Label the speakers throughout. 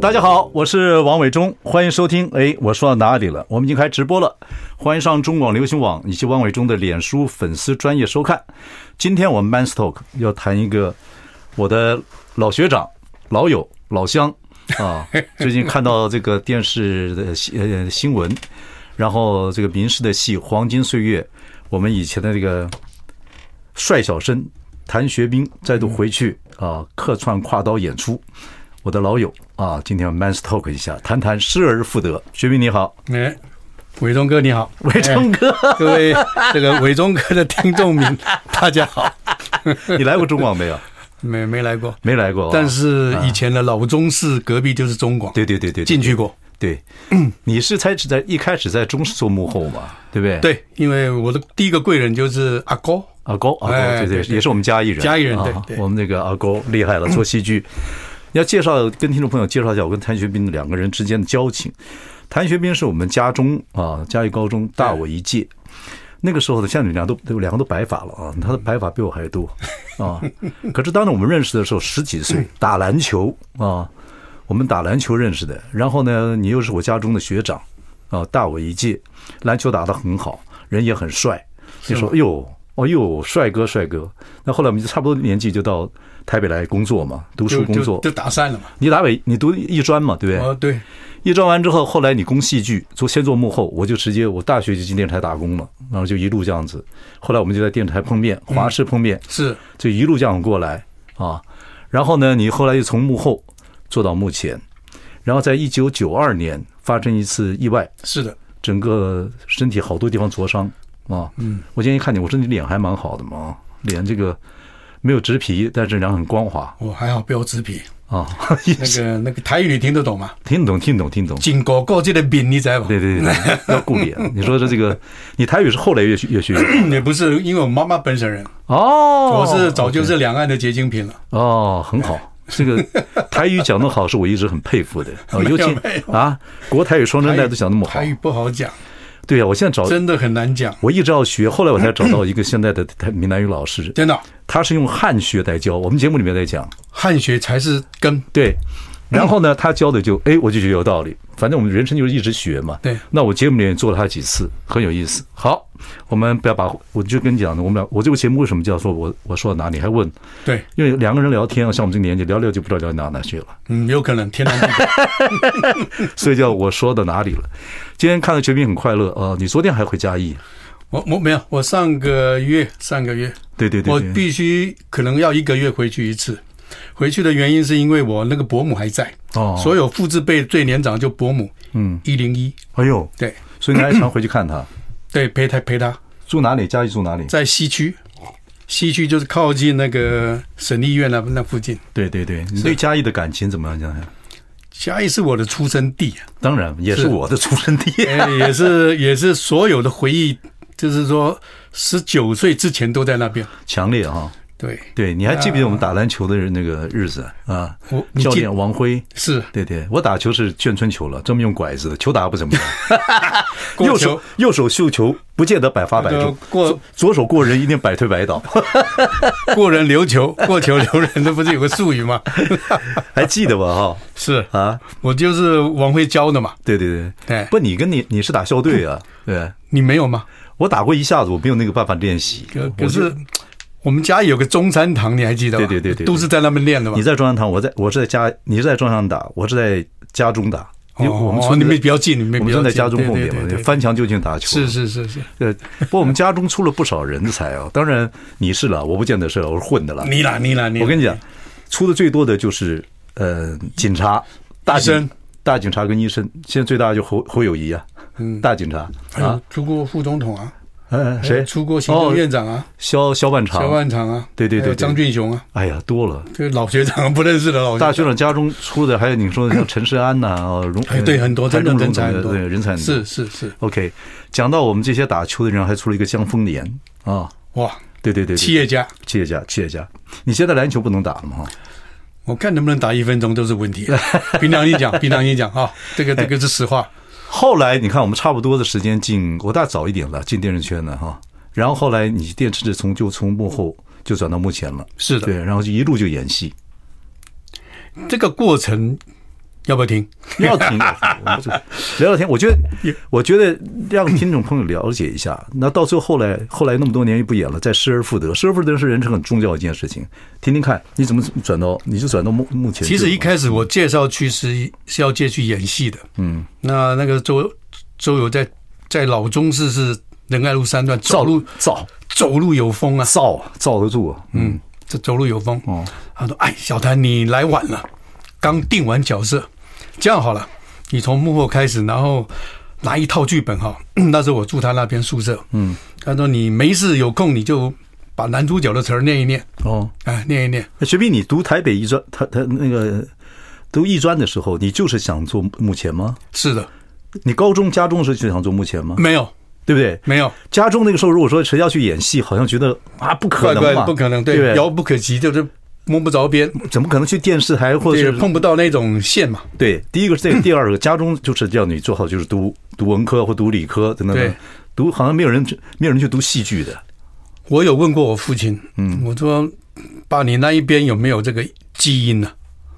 Speaker 1: 大家好，我是王伟忠，欢迎收听。哎，我说到哪里了？我们已经开直播了，欢迎上中广流行网以及王伟忠的脸书粉丝专业收看。今天我们 Man Talk 要谈一个我的老学长、老友、老乡啊，最近看到这个电视的新呃新闻，然后这个民视的戏《黄金岁月》，我们以前的这个帅小生谭学兵再
Speaker 2: 嗯
Speaker 1: 度回去啊，客串跨刀演出。我的老友啊，今天我们 man talk 一下，谈谈失而复得。学兵你好，
Speaker 2: 哎，伟忠哥你好，
Speaker 1: 伟忠哥，
Speaker 2: 哎各位这个伟忠哥的听众 们， 大家好，
Speaker 1: 你来过中广没有？
Speaker 2: 没没来过，
Speaker 1: 没来过啊，
Speaker 2: 但是以前的老中视隔壁就是中广，
Speaker 1: 对对对对对
Speaker 2: 进去过，
Speaker 1: 对，你是才只在一开始在中视做幕后嘛，对不对？，
Speaker 2: 对，因为我的第一个贵人就是阿高，
Speaker 1: 阿高，阿高，
Speaker 2: 哎
Speaker 1: 对
Speaker 2: 对
Speaker 1: 对，
Speaker 2: 对
Speaker 1: 也是我们嘉义人，
Speaker 2: 嘉义人
Speaker 1: 啊
Speaker 2: 对对
Speaker 1: 我们那个阿高厉害了，做戏 剧。要介绍跟听众朋友介绍一下我跟谭学斌两个人之间的交情。谭学斌是我们家中啊，嘉义高中大我一届。那个时候的，现在你们俩都都两个都白发了啊，他的白发比我还多 啊。可是当年我们认识的时候十几岁，打篮球啊，我们打篮球认识的。然后呢，你又是我家中的学长啊，大我一届，篮球打得很好，人也很帅。你说，哎呦，哦呦，帅哥帅哥。那后来我们就差不多年纪就到台北来工作嘛，读书
Speaker 2: 就
Speaker 1: 工
Speaker 2: 就
Speaker 1: 作
Speaker 2: 就。打散了嘛，
Speaker 1: 你打北，你读艺专嘛，对不对？
Speaker 2: 哦对，
Speaker 1: 一转完之后，后来你攻戏剧，做先做幕后，我就直接我大学就进电视台打工了，然后就一路这样子。后来我们就在电视台碰面，华视碰面，
Speaker 2: 是
Speaker 1: 就一路这样过来啊。然后呢，你后来又从幕后做到幕前，然后在一九九二年发生一次意外，
Speaker 2: 是的，
Speaker 1: 整个身体好多地方灼伤啊。嗯，我今天一看你，我说你脸还蛮好的嘛，脸这个没有植皮，但是脸很光滑
Speaker 2: 我还好不要植皮，
Speaker 1: 啊。
Speaker 2: 那个那个台语你听得懂吗？
Speaker 1: 听懂，听懂，听懂。
Speaker 2: 紧狗狗这个饼你知道吧？
Speaker 1: 对对对对， 要顾 脸。你说的这个，你台语是后来越学越学
Speaker 2: 也不是，因为我妈妈本省人，
Speaker 1: 哦，
Speaker 2: 我是早就是两岸的结晶品了。
Speaker 1: 哦，很好。这 个台语讲得好，是我一直很佩服的啊，尤其
Speaker 2: 没有
Speaker 1: 啊，国台语双声带都讲那么好
Speaker 2: 台。语不好讲，
Speaker 1: 对呀、啊我现在找，
Speaker 2: 真的很难讲，
Speaker 1: 我一直要学，后来我才找到一个现在的台闽南语老 师，
Speaker 2: 真的，
Speaker 1: 他是用汉学在教，我们节目里面在讲。
Speaker 2: 汉学才是根。
Speaker 1: 对，然后呢，他教的就哎，我就觉得有道理。反正我们人生就是一直学嘛。
Speaker 2: 对
Speaker 1: 那我节目里面也做了他几次，很有意思。好，我们不要把，我就跟你讲的，我们俩，我这个节目为什么叫做我我说到哪里还问？
Speaker 2: 对，
Speaker 1: 因为两个人聊天啊，像我们这个年纪，聊聊就不知道聊到哪去了，
Speaker 2: 嗯，有可能天南地 北。
Speaker 1: 所以叫我说到哪里了。今天看到全民很快乐啊、呃你昨天还回嘉义？
Speaker 2: 我我没有，我上个月上个月，
Speaker 1: 对对对
Speaker 2: 我
Speaker 1: 对
Speaker 2: 必须可能要一个月回去一次。回去的原因是因为我那个伯母还在，
Speaker 1: 哦
Speaker 2: 所有父字辈最年长就伯母，嗯，一零一，
Speaker 1: 哎呦，
Speaker 2: 对
Speaker 1: 所以你还常回去看他，
Speaker 2: 对，陪他陪他
Speaker 1: 住哪里？嘉义住哪里？
Speaker 2: 在西区，西区就是靠近那个省立医院那那附近。
Speaker 1: 对对对，你对嘉义的感情怎么样？讲讲。
Speaker 2: 嘉义是我的出生地 啊，
Speaker 1: 当然也是
Speaker 2: 是
Speaker 1: 我的出生地。
Speaker 2: 哎也是也是所有的回忆，就是说十九岁之前都在那边。
Speaker 1: 强烈啊哈、
Speaker 2: 对，
Speaker 1: 对，你还记不记得我们打篮球的那个日子啊？
Speaker 2: 我你
Speaker 1: 教
Speaker 2: 记
Speaker 1: 练王辉，
Speaker 2: 是
Speaker 1: 对对，我打球是眷村球了，专门用拐子的，球打不怎么样。
Speaker 2: 过
Speaker 1: 右
Speaker 2: 球
Speaker 1: 手右手绣球，不见得百发百中；
Speaker 2: 过
Speaker 1: 左左手过人，一定百推百倒。
Speaker 2: 过人留球，过球留人，那不是有个术语 吗？
Speaker 1: 还记得吧？
Speaker 2: 是
Speaker 1: 哈啊，
Speaker 2: 我就是王辉教的嘛。
Speaker 1: 对对对
Speaker 2: 对，
Speaker 1: 不，你跟你你是打校队 啊？对，
Speaker 2: 你没有吗？
Speaker 1: 我打过一下子，我没有那个办法练习。
Speaker 2: 可可是我们家有个中山堂，你还记得吧？
Speaker 1: 对对对对对
Speaker 2: 都是在那边练的嘛
Speaker 1: 你。在中央堂，我在我是在家，你是在中央堂打，我是在家中打。因为我们
Speaker 2: 哦
Speaker 1: 村
Speaker 2: 你
Speaker 1: 子
Speaker 2: 们比较近，你们
Speaker 1: 我
Speaker 2: 比
Speaker 1: 们
Speaker 2: 较
Speaker 1: 正在
Speaker 2: 近
Speaker 1: 家中后面
Speaker 2: 对对
Speaker 1: 嘛，
Speaker 2: 对对
Speaker 1: 翻墙就近打球。
Speaker 2: 是是是是，
Speaker 1: 呃，不过我们家中出了不少人才啊。 当然你是了，我不见得是了，我是混的了。
Speaker 2: 你啦你啦你啦，
Speaker 1: 我跟你讲，出的最多的就是呃警察、大
Speaker 2: 医
Speaker 1: 警
Speaker 2: 生、大
Speaker 1: 大警察跟医生。现在最大就侯侯友谊啊，大警察
Speaker 2: 哎呦，
Speaker 1: 啊，
Speaker 2: 出过副总统啊，
Speaker 1: 呃，谁？
Speaker 2: 出国行政院长啊，
Speaker 1: 萧萧万长。
Speaker 2: 萧万长啊，
Speaker 1: 对对对
Speaker 2: 还有
Speaker 1: 对
Speaker 2: 张俊雄啊，
Speaker 1: 哎呀，多了。
Speaker 2: 这老学长不认识的老学长
Speaker 1: 大学长家中出的，还有你说的像陈世安呐、 哦，荣
Speaker 2: 哎，对，很多
Speaker 1: 谭
Speaker 2: 真的
Speaker 1: 荣
Speaker 2: 人
Speaker 1: 荣
Speaker 2: 才
Speaker 1: 等等
Speaker 2: 很多，
Speaker 1: 对人才很多
Speaker 2: 是是是，
Speaker 1: OK，讲到我们这些打球的人，还出了一个江丰年啊，
Speaker 2: 哇，
Speaker 1: 对对对，对
Speaker 2: 企业家，
Speaker 1: 企业家，企业家。你现在篮球不能打了嘛？哈
Speaker 2: 我看能不能打一分钟都是问题。啊 平常心讲，平常心讲啊，这个这个是实话。
Speaker 1: 后来你看，我们差不多的时间进我大早一点了，进电视圈了哈。然后后来你电视从就从幕后就转到幕前了，
Speaker 2: 是的，
Speaker 1: 对，然后就一路就演 戏，
Speaker 2: 这个过程要不要听？
Speaker 1: 要听的我们就 聊聊天。我觉得，我觉得让听众朋友了解一下。那到最后后来，后来那么多年又不演了，再失而复得，失而复得是人生很重要的一件事情。听听看，你怎么转到，你就转到幕幕前去
Speaker 2: 其
Speaker 1: 了嘛。
Speaker 2: 实一开始我介绍去是是要借去演戏的，嗯，那那个周周游在在老中市是仁爱路三段，走路
Speaker 1: 造
Speaker 2: 走路有风啊，
Speaker 1: 造造得住，嗯，
Speaker 2: 嗯，这走路有风。
Speaker 1: 哦，
Speaker 2: 他说：“哎，小谭，你来晚了，刚定完角色，这样好了，你从幕后开始，然后拿一套剧本哈。 那时候我住他那边宿舍，嗯，他说你没事有空你就把男主角的词儿念一念，
Speaker 1: 哦，
Speaker 2: 哎，念一念。
Speaker 1: 学斌，你读台北艺专，他他那个读艺专的时候，你就是想做幕前吗？
Speaker 2: 是的，
Speaker 1: 你高中家中的时候就想做幕前吗？
Speaker 2: 没有，
Speaker 1: 对不对？
Speaker 2: 没有，
Speaker 1: 家中那个时候，如果说谁要去演戏，好像觉得啊不可
Speaker 2: 怪
Speaker 1: 能
Speaker 2: 怪的
Speaker 1: 嘛，
Speaker 2: 不可能，
Speaker 1: 对不
Speaker 2: 对，遥不可及，就是摸不着边，
Speaker 1: 怎么可能去电视台或者
Speaker 2: 对，
Speaker 1: 是
Speaker 2: 碰不到那种线嘛。
Speaker 1: 对？第一个是这个，第二个家中就是叫你做好就是读读文科或读理科等等等
Speaker 2: 对，
Speaker 1: 读好像没有人没有人去读戏剧的，
Speaker 2: 我有问过我父亲，嗯，我说爸，你那一边有没有这个基因呢、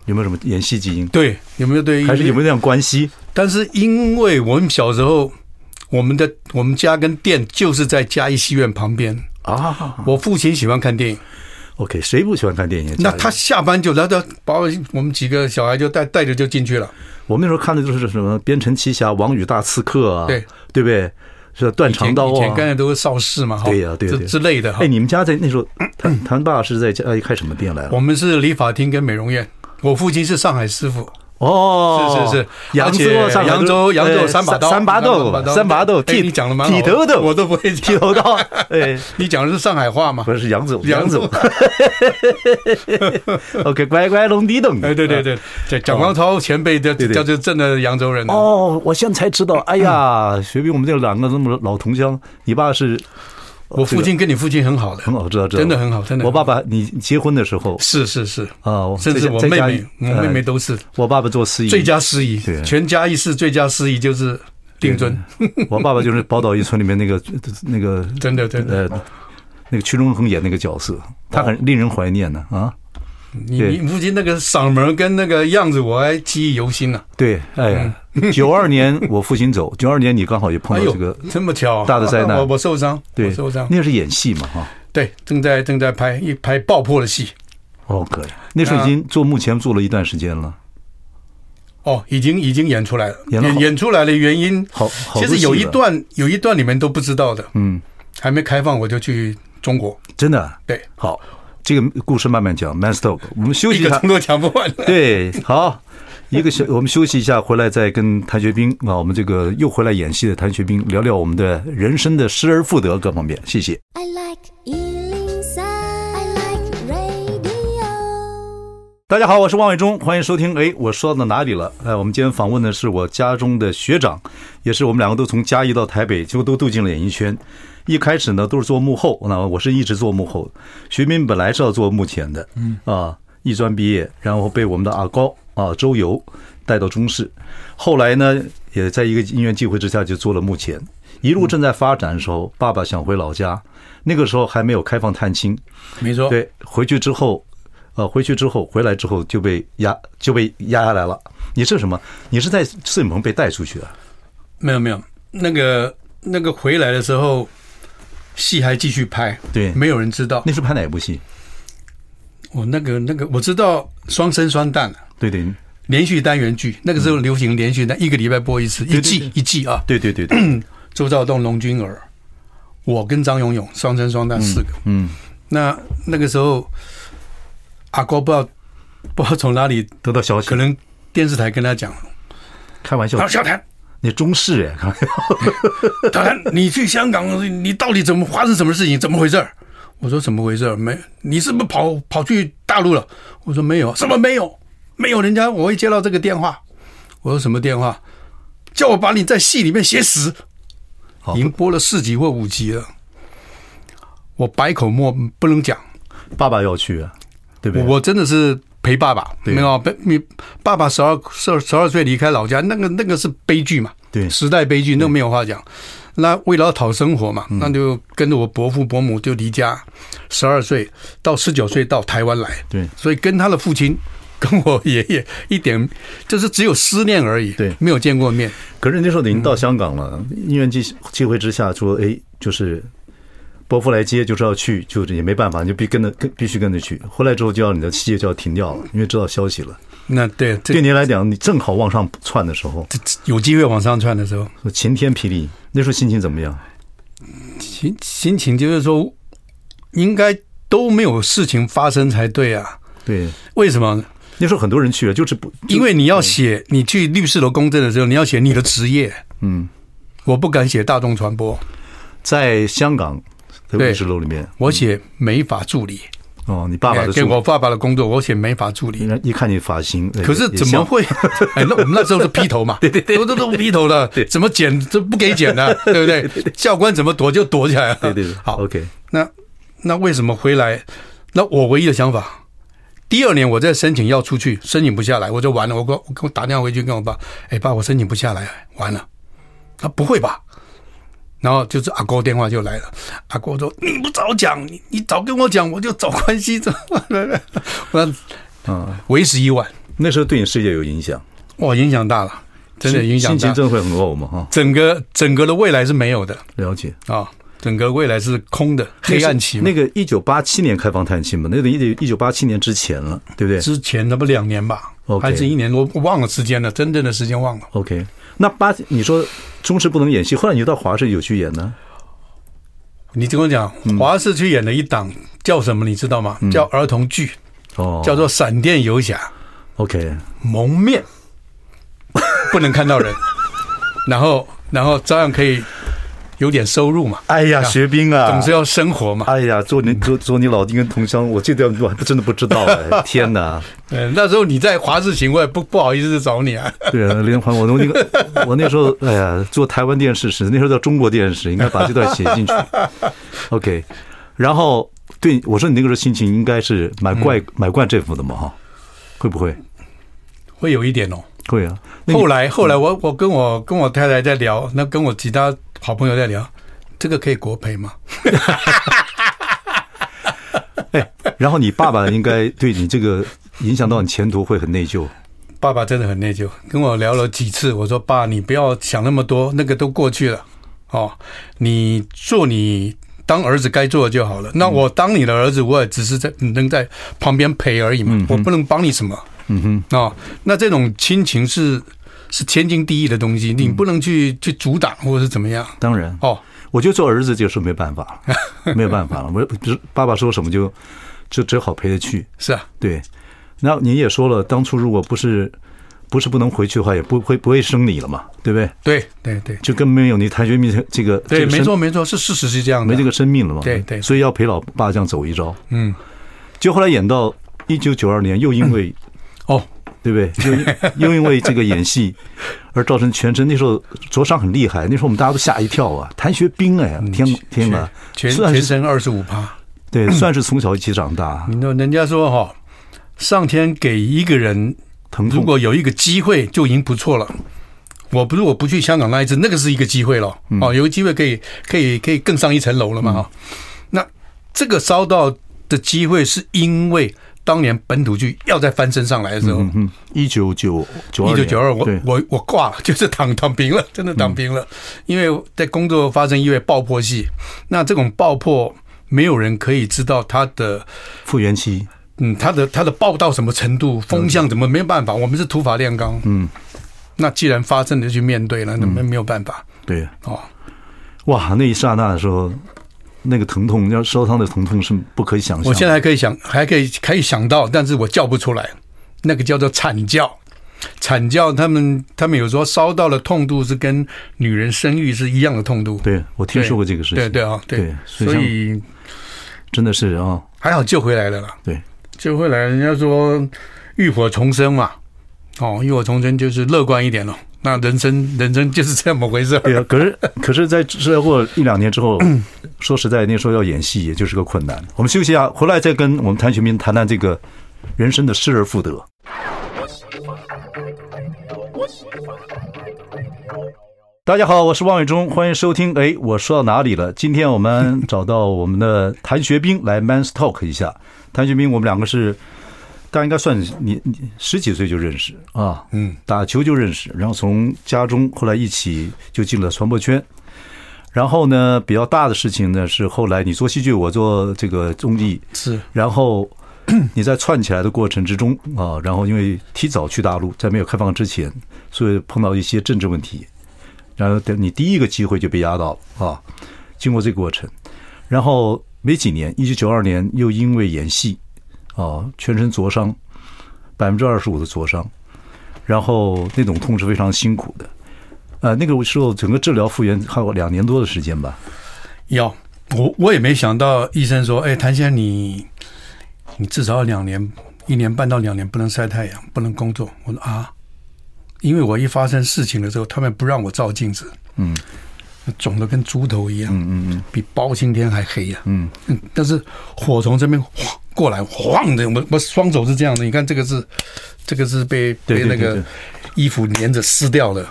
Speaker 1: 有没有什么演戏基因？
Speaker 2: 对，有没有对？
Speaker 1: 还是有没有那样关系？
Speaker 2: 但是因为我们小时候，我们的我们家跟店就是在嘉义戏院旁边。
Speaker 1: 啊
Speaker 2: 我父亲喜欢看电影，
Speaker 1: ，OK，谁不喜欢看电影？
Speaker 2: 那
Speaker 1: 家里
Speaker 2: 他下班就来到把我我们几个小孩就带带着就进去了。
Speaker 1: 我们那时候看的就是什么《边城奇侠》《王与大刺客》啊，
Speaker 2: 对
Speaker 1: 对不对？是断肠刀
Speaker 2: 以前
Speaker 1: 啊
Speaker 2: 刚。才都是邵氏嘛，哈
Speaker 1: 对呀对呀
Speaker 2: 这
Speaker 1: 对呀
Speaker 2: 之类的哈
Speaker 1: 哎，。你们家在 那时候，谭谭爸是在家里开什么店来了？
Speaker 2: 我们是理发厅跟美容院，我父亲是上海师傅，
Speaker 1: 哦，
Speaker 2: 是是是，
Speaker 1: 扬州
Speaker 2: 而
Speaker 1: 啊，
Speaker 2: 且
Speaker 1: 上海
Speaker 2: 扬州
Speaker 1: 哎
Speaker 2: 扬州三把刀，
Speaker 1: 三把豆，三把豆，
Speaker 2: 哎
Speaker 1: 剃
Speaker 2: 你讲的蛮好
Speaker 1: 剃头豆，
Speaker 2: 我都不会讲
Speaker 1: 剃，头刀，哎，
Speaker 2: 你讲的是上 海话嘛？
Speaker 1: 不是杨总，
Speaker 2: 杨
Speaker 1: 杨总 ，OK，乖乖龙地洞，
Speaker 2: 哎，对对对，这蒋光超前辈的
Speaker 1: 哦对对
Speaker 2: 叫做真的扬州人啊
Speaker 1: 哦，我现在才知道，哎呀，学兵，我们这两个这么老同乡，你爸是
Speaker 2: 我父亲跟你父亲很好的，
Speaker 1: 很好，知道知道，
Speaker 2: 真的很好，真的
Speaker 1: 我
Speaker 2: 很好。
Speaker 1: 爸爸，你结婚的时候
Speaker 2: 是是是，
Speaker 1: 啊，我
Speaker 2: 甚至
Speaker 1: 在
Speaker 2: 我
Speaker 1: 在
Speaker 2: 妹
Speaker 1: 家
Speaker 2: 妹，
Speaker 1: 里
Speaker 2: 我妹妹
Speaker 1: 呃
Speaker 2: 都是
Speaker 1: 我爸爸做司仪，
Speaker 2: 最佳司仪
Speaker 1: 对，
Speaker 2: 全嘉义市最佳司仪就是定尊，
Speaker 1: 我爸爸就是宝岛一村里面那个那个
Speaker 2: 真的真的。
Speaker 1: 呃那个屈中恒演那个角色，他很令人怀念呢啊。
Speaker 2: 你
Speaker 1: 对
Speaker 2: 你父亲那个嗓门跟那个样子，我还记忆犹新呢。
Speaker 1: 对，哎呀，九二年我父亲走， 九二年你刚好也碰
Speaker 2: 嗯哎
Speaker 1: 到
Speaker 2: 呦
Speaker 1: 这个，，
Speaker 2: 这么巧啊，
Speaker 1: 大的灾难
Speaker 2: 我我受伤，我
Speaker 1: 对
Speaker 2: 受，伤，
Speaker 1: 那是演戏嘛哈。
Speaker 2: 对，正在正在拍一拍爆破的戏，
Speaker 1: 哦，可以，那时候已经做幕前做了一段时间了，
Speaker 2: 哦，已经已经演出来了，
Speaker 1: 演了好
Speaker 2: 演演出来的原因
Speaker 1: 好好多
Speaker 2: 其
Speaker 1: 戏了。
Speaker 2: 实有一段有一段你们都不知道的，
Speaker 1: 嗯，
Speaker 2: 还没开放我就去中国，
Speaker 1: 真的啊
Speaker 2: 对，
Speaker 1: 好，这个故事慢慢讲，Man Stop，我们休息
Speaker 2: 一
Speaker 1: 一
Speaker 2: 个
Speaker 1: 下。
Speaker 2: 钟都讲不完。
Speaker 1: 对，好，一个小，我们休息一下，回来再跟谭学兵啊，我们这个又回来演戏的谭学兵聊聊我们的人生的失而复得各方面。谢谢。
Speaker 3: I like Ealing Sound. I like radio.
Speaker 1: 大家好，我是王伟忠，欢迎收听。哎，我说到哪里了？哎，我们今天访问的是我家中的学长，也是我们两个都从嘉义到台北，结果都镀进了演艺圈。一开始呢，都是做幕后，那我是一直做幕后。学斌本来是要做幕前的，嗯啊，艺专毕业，然后被我们的阿高啊周游带到中视，后来呢，也在一个因缘际会之下就做了幕前。一路正在发展的时候，爸爸想回老家，那个时候还没有开放探亲，
Speaker 2: 没错，
Speaker 1: 对，回去之后，呃，回去之后回来之后就被压就被压下来了。你是什么？你是在摄影棚被带出去的？
Speaker 2: 没有没有，那个那个回来的时候，戏还继续拍，
Speaker 1: 对
Speaker 2: 没有人知道。
Speaker 1: 那是拍哪部戏？
Speaker 2: 我那个那个，我知道双生双旦
Speaker 1: 对对
Speaker 2: 连续单元剧，那个时候流行连续单，一个礼拜播一次，一
Speaker 1: 对对
Speaker 2: 季一季啊。
Speaker 1: 对对对对，
Speaker 2: 周兆栋、龙君儿，我跟张勇勇双生双旦四个。
Speaker 1: 嗯，
Speaker 2: 那那个时候，阿高不知道不知道从哪里，
Speaker 1: 得到消息
Speaker 2: 可能电视台跟他讲，
Speaker 1: 开玩笑
Speaker 2: 他说小谭，
Speaker 1: 那中式哎，开玩笑
Speaker 2: 当然，你去香港，你到底怎么发生什么事情？怎么回事儿？我说怎么回事儿？没，你是不是跑跑去大陆了？我说没有，什么没有？没有，人家我会接到这个电话。我说什么电话？叫我把你在戏里面写死。
Speaker 1: 好
Speaker 2: 已经播了四集或五集了，我百口莫不能讲。
Speaker 1: 爸爸要去啊，对不对？
Speaker 2: 我真的是陪爸爸，
Speaker 1: 对
Speaker 2: 没有被你爸爸十二十二十二岁离开老家，那个那个是悲剧嘛，
Speaker 1: 对嗯
Speaker 2: 时代悲剧，那个没有话讲。那为了要讨生活嘛，那就跟着我伯父伯母就离家，十二岁到十九岁到台湾来，
Speaker 1: 对
Speaker 2: 所以跟他的父亲。跟我爷爷一点就是只有思念而已，
Speaker 1: 对
Speaker 2: 没有见过面。
Speaker 1: 可是那时候您到香港了，因缘际机会之下说，哎，就是伯父来接，就是要去，就是也没办法，你就必跟着跟必须跟着去。回来之后就要你的戏就要停掉了，因为知道消息了。
Speaker 2: 那对，这
Speaker 1: 对您来讲，你正好往上窜的时候，
Speaker 2: 这这有机会往上窜的时候，
Speaker 1: 晴天霹雳。那时候心情怎么样？
Speaker 2: 心心情就是说，应该都没有事情发生才对啊。
Speaker 1: 对，
Speaker 2: 为什么？
Speaker 1: 那时候很多人去了，就是不
Speaker 2: 因为你要写，你去律师楼公证的时候，你要写你的职业。
Speaker 1: 嗯，
Speaker 2: 我不敢写大众传播，
Speaker 1: 在香港的
Speaker 2: 对
Speaker 1: 五十楼里面
Speaker 2: 我写美法助理。哎
Speaker 1: 哦，你爸爸的
Speaker 2: 给
Speaker 1: 书
Speaker 2: 我爸爸的工作，我写美法助理。
Speaker 1: 人家一看你发型，哎
Speaker 2: 可是
Speaker 1: 也
Speaker 2: 怎么
Speaker 1: 像
Speaker 2: 会？ 哎，那我们那时候是披 头嘛，对对对，都都都披头了，怎么剪都不给剪的，对 不对？教官怎么躲就躲起来了。
Speaker 1: 对对对，
Speaker 2: 好，
Speaker 1: OK，
Speaker 2: 那那为什么回来？那我唯一的想法，第二年我在申请要出去，申请不下来，我就完了。我跟我我打电话回去跟我爸，哎爸，我申请不下来，完了。他不会吧？然后就是阿哥电话就来了，阿哥说你不早讲，你你早跟我讲，我就找关系怎么？我
Speaker 1: 嗯，
Speaker 2: 为时已晚，
Speaker 1: 那时候对你事业有影响，
Speaker 2: 哇，影响大了，真的
Speaker 1: 心
Speaker 2: 影响
Speaker 1: 心情
Speaker 2: 大。
Speaker 1: 真的会很呕嘛哈，
Speaker 2: 整个整个的未来是没有的
Speaker 1: 了解。
Speaker 2: 啊、整个未来是空的，黑暗期嘛。
Speaker 1: 那个一九八七年开放探亲嘛，那得一九一九八七年之前了，对不对
Speaker 2: 之前那么两年吧
Speaker 1: OK
Speaker 2: 还是一年多，我忘了时间了，真正的时间忘了。
Speaker 1: ？OK，那八你说中视不能演戏，后来你到华视有去演呢？
Speaker 2: 你跟我讲，
Speaker 1: 嗯
Speaker 2: 华视去演了一档叫什么，你知道吗？叫儿童剧，
Speaker 1: 哦，
Speaker 2: 叫做《哎闪电游侠
Speaker 1: OK，》，
Speaker 2: 蒙面，不能看到人， 然后然后照样可以有点收入嘛，
Speaker 1: 哎呀，学兵啊，
Speaker 2: 总是要生活嘛。
Speaker 1: 哎呀，做你做做你老丁跟同乡，我这段我还不真的不知道哎，天哪！
Speaker 2: 嗯，那时候你在华视行，我也不不好意思找你啊。
Speaker 1: 对啊，连环我那个我那时候哎呀，做台湾电视时，那时候叫中国电视，应该把这段写进去。OK，然后对我说你那个时候心情应该是蛮怪、蛮惯这副的嘛哈，会不会？
Speaker 2: 会有一点哦。
Speaker 1: 会啊。那你嗯
Speaker 2: 后来后来我，我跟我跟我太太在聊，那跟我其他好朋友在聊，这个可以国赔吗？
Speaker 1: 哎，然后你爸爸应该对你这个影响到你前途会很内疚。
Speaker 2: 爸爸真的很内疚，跟我聊了几次。我说：“爸，你不要想那么多，那个都过去了。哦，你做你当儿子该做的就好了。
Speaker 1: 嗯
Speaker 2: 那我当你的儿子，我也只是在能在旁边陪而已嘛，我不能帮你什么。嗯哼，哦，那这种亲情是是天经地义的东
Speaker 1: 嗯
Speaker 2: 西，你不能去去阻挡或者是怎么样。
Speaker 1: 当然，
Speaker 2: 哦，
Speaker 1: 我觉得做儿子就是没办法了，没有办法了。我只爸爸说什么就就只好陪着去。
Speaker 2: 是啊，
Speaker 1: 对，那您也说了，当初如果不是不是不能回去的话，也不会不会生你了嘛，对不对？
Speaker 2: 对对对
Speaker 1: 就根本没有你谭学明这个
Speaker 2: 对，
Speaker 1: 这个
Speaker 2: 没
Speaker 1: 生
Speaker 2: 错没错，是事实是这样的。
Speaker 1: 没这个生命了嘛，嗯
Speaker 2: 对对
Speaker 1: 所以要陪老爸这样走一遭。
Speaker 2: 嗯，
Speaker 1: 就后来演到一九九二年，又因为
Speaker 2: 哦，
Speaker 1: 对不对？又因 又因为这个演戏而造成全身那时候灼伤很厉害，那时候我们大家都吓一跳啊！谭学兵哎呀，天天哪，
Speaker 2: 嗯全
Speaker 1: 算
Speaker 2: 全
Speaker 1: 是
Speaker 2: 身嗯二十五趴。
Speaker 1: 对，算是从小一起长大，
Speaker 2: 你说人家说哈，上天给一个人
Speaker 1: 疼
Speaker 2: 如
Speaker 1: 痛。
Speaker 2: 果有一个机会就已经不错了。我不是我不去香港那一次，那个是一个机会了。
Speaker 1: 嗯
Speaker 2: 哦，有个机会可以可以可以更上一层楼了嘛哈。那这个烧到的机会，是因为当年本土剧要再翻身上来的时候，
Speaker 1: 嗯嗯，一九九九二
Speaker 2: 一九九二，我
Speaker 1: 对嗯
Speaker 2: 我我挂了，就是躺躺平了， 真的躺平了。因为在工作发生意外爆破戏，那这种爆破没有人可以知道它的
Speaker 1: 复原期，
Speaker 2: 嗯，他的他的报到什么程度，风向怎么没有办法？我们是土法炼钢，嗯，那既然发生了就去面对了，那没没有办法
Speaker 1: 对，
Speaker 2: 哦。
Speaker 1: 哇，那一刹那的时候，那个疼痛，要烧伤的疼痛是不可以想象的。
Speaker 2: 我现在还可以想，还可以可以想到，但是我叫不出来，那个叫做惨叫，惨叫，他们他们有时候烧到的痛度是跟女人生育是一样的痛度。
Speaker 1: 对我听说过这个事情，
Speaker 2: 对对啊，对
Speaker 1: 对，所以
Speaker 2: 所
Speaker 1: 像
Speaker 2: 以
Speaker 1: 真的是啊，
Speaker 2: 还好救回来了啦。
Speaker 1: 对，
Speaker 2: 救回来，人家说浴火重生嘛，哦，浴火重生就是乐观一点咯。那人生人生就是这么回事儿。
Speaker 1: 对啊，可是可是，在治疗过一两年之后，说实在，那时候要演戏也就是个困难。我们休息一下，回来再跟我们谭雪明谈谈这个人生的失而复得。大家好，我是王伟忠，欢迎收听。哎，我说到哪里了？今天我们找到我们的谭学兵来 man's talk 一下。谭学兵，我们两个是，大家应该算你你十几岁就认识啊，
Speaker 2: 嗯，
Speaker 1: 打球就认识，然后从家中后来一起就进了传播圈。然后呢，比较大的事情呢是后来你做戏剧，我做这个综艺，
Speaker 2: 是
Speaker 1: 然后 你在串起来的过程之中啊，然后因为提早去大陆，在没有开放之前，所以碰到一些政治问题，然后等你第一个机会就被压到了啊。经过这个过程，然后没几年，一九九二年又因为演戏啊，全身灼伤，百分之二十五的灼伤，然后那种痛是非常辛苦的。呃，那个时候整个治疗复原还有两年多的时间吧。
Speaker 2: 要我我也没想到医生说，哎，谭先生你你至少要两年，一年半到两年不能晒太阳，不能工作。我说啊，因为我一发生事情的时候，他们不让我照镜子，
Speaker 1: 嗯，
Speaker 2: 肿得跟猪头一样，
Speaker 1: 嗯嗯
Speaker 2: 比包青天还黑呀、
Speaker 1: 嗯
Speaker 2: 嗯，但是火从这边哗过来，晃的，我我双手是这样的，你看这个是，这个是被
Speaker 1: 对
Speaker 2: 被那
Speaker 1: 对对
Speaker 2: 个
Speaker 1: 对
Speaker 2: 衣服粘着撕掉的，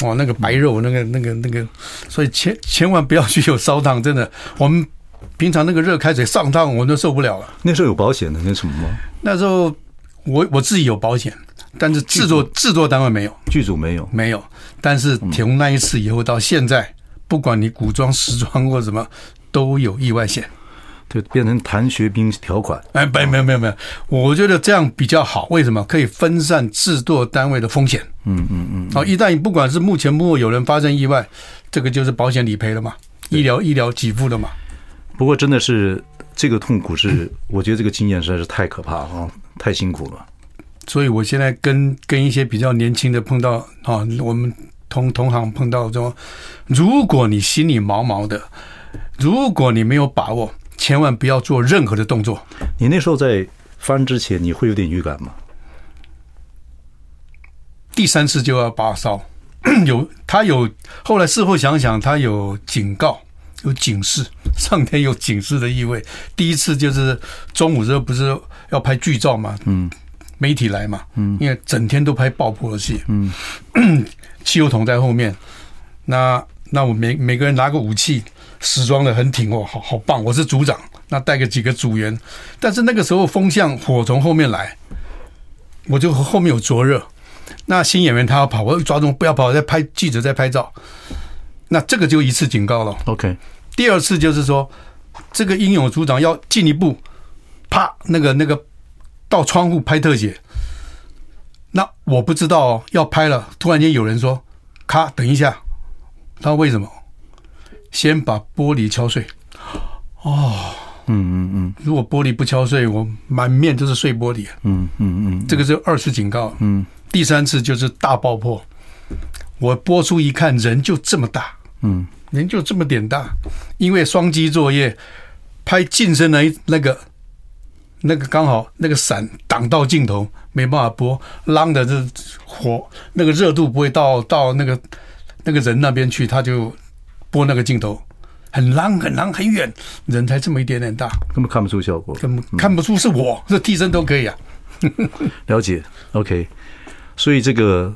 Speaker 2: 哇，那个白肉，那个那个那个，所以千千万不要去有烧烫，真的，我们平常那个热开水上烫，我们都受不了了。
Speaker 1: 那时候有保险的那什么吗？
Speaker 2: 那时候我我自己有保险，但是制作制作单位没有
Speaker 1: 剧组没有。
Speaker 2: 没有，但是从那一次以后到现在，不管你古装、时装或什么，都有意外险。
Speaker 1: 对，变成谭学兵条款。
Speaker 2: 哎，没没有没有没有，我觉得这样比较好。为什么？可以分散制作单位的风险。
Speaker 1: 嗯嗯嗯，
Speaker 2: 好，一旦你不管是幕前幕后有人发生意外，这个就是保险理赔了嘛，医疗医疗给付了嘛。
Speaker 1: 不过真的是这个痛苦是，我觉得这个经验实在是太可怕了啊，太辛苦了。
Speaker 2: 所以我现在跟跟一些比较年轻的碰到啊，我们同同行碰到说，如果你心里毛毛的，如果你没有把握，千万不要做任何的动作。
Speaker 1: 你那时候在发生之前，你会有点预感吗？
Speaker 2: 第三次就要拔烧， 有他有后来事后想想，他有警告，有警示，上天有警示的意味。第一次就是中午之后不是要拍剧照嘛，嗯，媒体来嘛，嗯，因为整天都拍爆破的戏， 嗯，汽油桶在后面，那那我每每个人拿个武器，时装的很挺哦，好好棒，我是组长，那带个几个组员，但是那个时候风向火从后面来，我就后面有灼热。那新演员他要跑，我抓住不要跑，在拍记者在拍照，那这个就一次警告了。
Speaker 1: OK，
Speaker 2: 第二次就是说，这个英勇组长要进一步，啪，那个那个到窗户拍特写。那我不知道、哦、要拍了，突然间有人说：“咔，等一下。”他说：“为什么？”先把玻璃敲碎。哦
Speaker 1: 嗯嗯
Speaker 2: 如果玻璃不敲碎，我满面都是碎玻璃。
Speaker 1: 嗯嗯嗯
Speaker 2: 这个是二次警告。嗯，第三次就是大爆破。我播出一看，人就这么大，
Speaker 1: 嗯
Speaker 2: 人就这么点大，因为双击作业，拍近身那一那个那个刚好那个伞挡到镜头，没办法播，浪的这火那个热度不会到到那个那个人那边去，他就播那个镜头，很浪很浪很远，人才这么一点点大，
Speaker 1: 嗯，根本看不出效果。
Speaker 2: 根本看不出是我，这替身都可以啊。
Speaker 1: 了解，OK。所以这个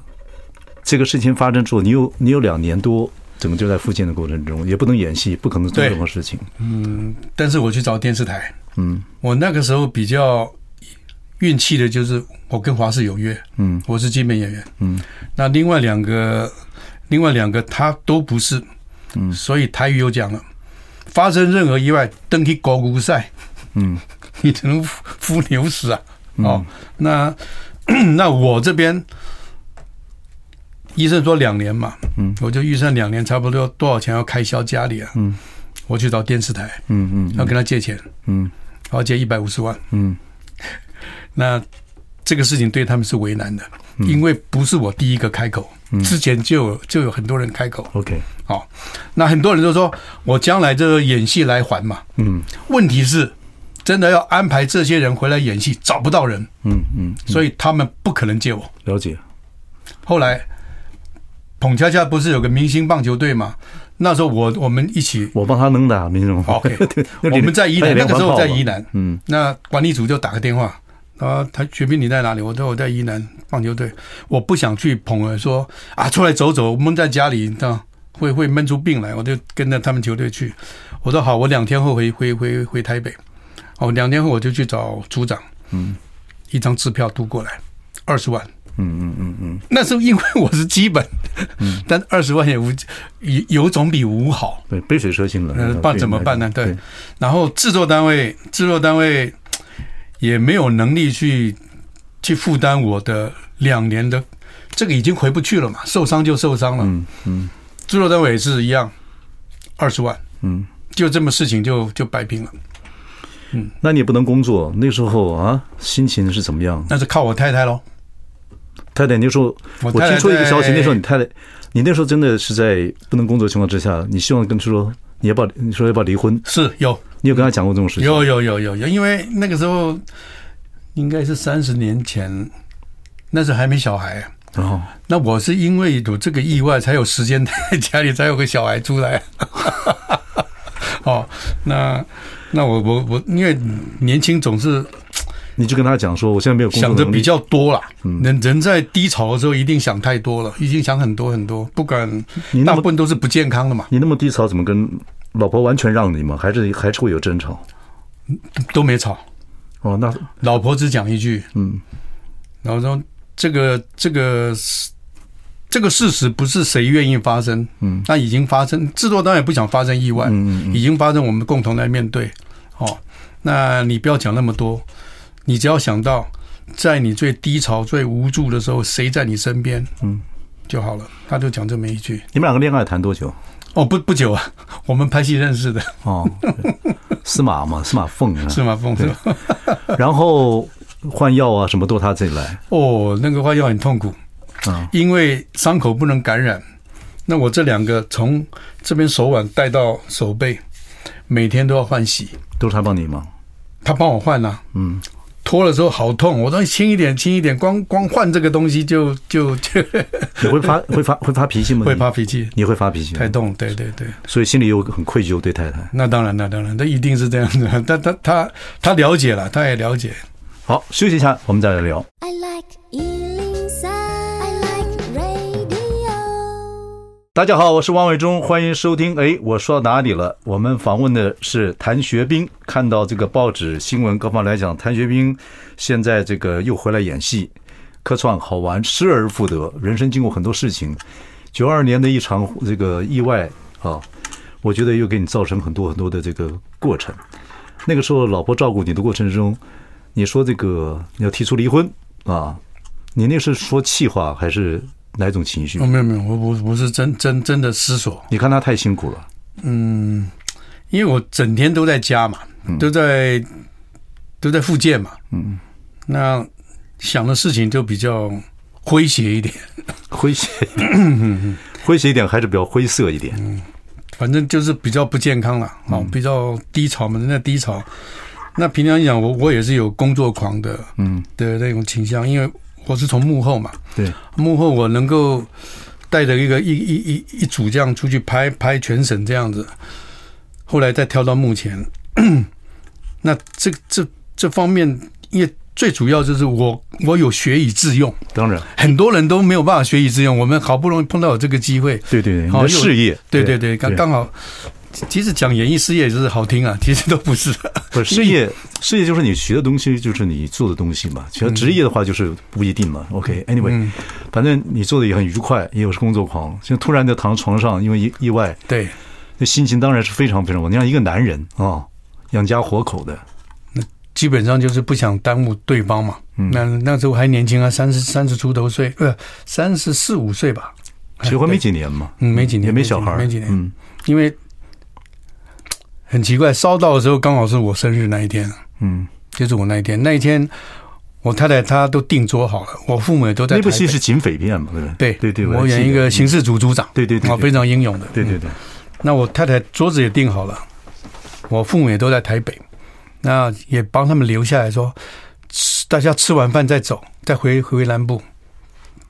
Speaker 1: 这个事情发生之后，你有你有两年多，整个就在复健的过程中，也不能演戏，不可能做
Speaker 2: 对
Speaker 1: 任何事情。
Speaker 2: 但是我去找电视台，
Speaker 1: 嗯
Speaker 2: 我那个时候比较运气的就是我跟华视有约，
Speaker 1: 嗯
Speaker 2: 我是基本演员，
Speaker 1: 嗯，
Speaker 2: 那另外两个另外两个他都不是，
Speaker 1: 嗯
Speaker 2: 所以台语有讲了，发生任何意外，登去高估赛，
Speaker 1: 嗯
Speaker 2: 你只能敷敷牛屎啊，哦，那 那我这边。医生说两年嘛，
Speaker 1: 嗯，
Speaker 2: 我就预算两年，差不多多少钱要开销家里啊？
Speaker 1: 嗯，
Speaker 2: 我去找电视台，
Speaker 1: 嗯
Speaker 2: 要跟他借钱，
Speaker 1: 嗯
Speaker 2: 然后借一百五十万，
Speaker 1: 嗯
Speaker 2: 那这个事情对他们是为难的，
Speaker 1: 嗯
Speaker 2: 因为不是我第一个开口，之前就有就有很多人开口。
Speaker 1: OK，
Speaker 2: 好、那很多人都说我将来这个演戏来还嘛。
Speaker 1: 嗯
Speaker 2: 问题是，真的要安排这些人回来演戏，找不到人，
Speaker 1: 嗯嗯，
Speaker 2: 所以他们不可能接我。
Speaker 1: 了解。
Speaker 2: 后来，彭恰恰不是有个明星棒球队嘛？那时候我我们 一起
Speaker 1: 我帮他弄的，民众。
Speaker 2: OK，
Speaker 1: 那
Speaker 2: 我
Speaker 1: 里
Speaker 2: 们在宜
Speaker 1: 他也
Speaker 2: 兰，那
Speaker 1: 连
Speaker 2: 个时
Speaker 1: 环
Speaker 2: 候
Speaker 1: 炮
Speaker 2: 在
Speaker 1: 嘛
Speaker 2: 宜兰，
Speaker 1: 嗯，
Speaker 2: 那管理组就打个电话，啊，他学斌你在哪里？我说我在宜兰棒球队，我不想去捧了，说啊出来走走，闷在家里，啊会会闷出病来，我就跟着他们球队去。我说好，我两天后回回回回台北，哦，两天后我就去找组长，
Speaker 1: 嗯，
Speaker 2: 一张支票渡过来，二十万。
Speaker 1: 嗯嗯嗯嗯，
Speaker 2: 那时候因为我是基本，但二十万也无有有总比无好。
Speaker 1: 对，杯水车薪了。
Speaker 2: 呃，办怎么办呢？对
Speaker 1: 对，
Speaker 2: 然后制作单位，制作单位也没有能力去去负担我的两年的，这个已经回不去了嘛，受伤就受伤了。
Speaker 1: 嗯嗯
Speaker 2: 制作单位也是一样，二十万，
Speaker 1: 嗯，
Speaker 2: 就这么事情就就摆平了。
Speaker 1: 那你也不能工作，那时候啊，心情是怎么样？
Speaker 2: 那是靠我太太喽，
Speaker 1: 太太，那时候
Speaker 2: 我
Speaker 1: 我
Speaker 2: 太太哎
Speaker 1: 听说一个消息，
Speaker 2: 在
Speaker 1: 那时候你太太，你那时候真的是在不能工作的情况之下，你希望跟她说你要不要，你说要不要离婚？
Speaker 2: 是有
Speaker 1: 你有跟她讲过这种事情？
Speaker 2: 有有有有有，因为那个时候应该是三十年前，那时候还没小孩。啊
Speaker 1: 然后
Speaker 2: 那我是因为有这个意外，才有时间在家里，才有个小孩出来。 哦，那那我我我，因为年轻总是
Speaker 1: 你就跟她讲说，我现在没有工作
Speaker 2: 想
Speaker 1: 能力，
Speaker 2: 的比较多啦，人人在低潮的时候一定想太多了，已经想很多很多，不管
Speaker 1: 你那
Speaker 2: 大
Speaker 1: 么
Speaker 2: 部分都是不健康的嘛，
Speaker 1: 你那么低潮，怎么跟老婆完全让你吗？还是还是会有争吵？
Speaker 2: 都没吵。
Speaker 1: 哦，那
Speaker 2: 老婆只讲一句，
Speaker 1: 嗯，
Speaker 2: 然后说这个这个这个事实不是谁愿意发生，
Speaker 1: 嗯，
Speaker 2: 那已经发生，制作单位不想发生意外，
Speaker 1: 嗯嗯
Speaker 2: 已经发生，我们共同来面对。哦，那你不要讲那么多，你只要想到，在你最低潮、最无助的时候，谁在你身边，
Speaker 1: 嗯，
Speaker 2: 就好了。他就讲这么一句。
Speaker 1: 你们两个恋爱谈多久？
Speaker 2: 哦，不不久啊， 我们拍戏认识的，
Speaker 1: 哦， 对司马嘛，司马凤啊，
Speaker 2: 是吗？凤是吧？
Speaker 1: 然后换药啊，什么都他自己来。
Speaker 2: 哦，那个话要很痛苦，
Speaker 1: 嗯
Speaker 2: 因为伤口不能感染。那我这两个从这边手腕带到手背，每天都要换洗，
Speaker 1: 都是他帮你吗？
Speaker 2: 他帮我换呐、啊
Speaker 1: 嗯，
Speaker 2: 脱了之后好痛，我说轻一点，轻一点，光光换这个东西就就就
Speaker 1: 你会发会发会发脾气吗？
Speaker 2: 会发，脾气，
Speaker 1: 你会发脾气吗，
Speaker 2: 太痛，对对对，
Speaker 1: 所以心里有很愧疚对太太。
Speaker 2: 那当然，那当然，那一定是这样子， 他他他他了解了，他也了解，
Speaker 1: 好，休息一下，我们再来聊。
Speaker 3: I like Ealing Sound. I like radio.
Speaker 1: 大家好，我是王伟忠，欢迎收听。哎，我说到哪里了？我们访问的是谭学斌。看到这个报纸新闻各方来讲，谭学斌现在这个又回来演戏，科创好玩，失而复得，人生经过很多事情。九二年的一场这个意外啊，我觉得又给你造成很多很多的这个过程。那个时候，老婆照顾你的过程中，你说这个你要提出离婚啊，你那是说气话还是哪种情绪
Speaker 2: 哦，？没有没有，我我我是真真真的思索，
Speaker 1: 你看他太辛苦了。
Speaker 2: 因为我整天都在家嘛，都在都在复健嘛，嗯，那想的事情就比较诙谐一点，
Speaker 1: 诙谐，
Speaker 2: 嗯
Speaker 1: 诙谐一点还是比较灰色一点。
Speaker 2: 反正就是比较不健康了，哦，比较低潮嘛，人家低潮。那平常讲，我我也是有工作狂的，
Speaker 1: 嗯，
Speaker 2: 的那种倾向，因为我是从幕后嘛，
Speaker 1: 对，
Speaker 2: 幕后我能够带着一个一一一一组这样出去拍拍全省这样子，后来再跳到幕前， 那这这这方面，因为最主要就是我我有学以致用，
Speaker 1: 当然，
Speaker 2: 很多人都没有办法学以致用，我们好不容易碰到有这个机会，
Speaker 1: 对对对，你
Speaker 2: 好
Speaker 1: 的
Speaker 2: 又
Speaker 1: 事业，
Speaker 2: 对对对，刚刚好。其实讲演艺事业就是好听啊，其实都不是。
Speaker 1: 不是事业，事业就是你学的东西，就是你做的东西嘛。其实职业的话就是不一定嘛。OK，anyway，反
Speaker 2: 嗯
Speaker 1: 正你做的也很愉快，也有是工作狂。现在突然在躺床上，因为意意外，
Speaker 2: 对，
Speaker 1: 那心情当然是非常非常不好。你让一个男人啊，养家活口的，
Speaker 2: 基本上就是不想耽误对方嘛。
Speaker 1: 嗯
Speaker 2: 那那时候还年轻啊，三十三十出头岁，呃，三十四五岁吧。哎
Speaker 1: 结婚没
Speaker 2: 对
Speaker 1: 几年嘛，
Speaker 2: 嗯，没几年，
Speaker 1: 也没小孩儿，
Speaker 2: 没几年，
Speaker 1: 嗯，
Speaker 2: 因为很奇怪，烧到的时候刚好是我生日那一天，
Speaker 1: 嗯
Speaker 2: 就是我那一天，那一天我太太她都订桌好了，我父母也都在台
Speaker 1: 那
Speaker 2: 北。
Speaker 1: 部戏是警匪片嘛，对不
Speaker 2: 对
Speaker 1: 对？对对，
Speaker 2: 我
Speaker 1: 还记
Speaker 2: 演一
Speaker 1: 得嗯
Speaker 2: 个刑事组组长，
Speaker 1: 对对对
Speaker 2: 哦
Speaker 1: 对
Speaker 2: 非常英勇的。
Speaker 1: 对对对，
Speaker 2: 那我太太桌子也订好了，我父母也都在台北，那也帮他们留下来说，吃大家吃完饭再走，再回回南部。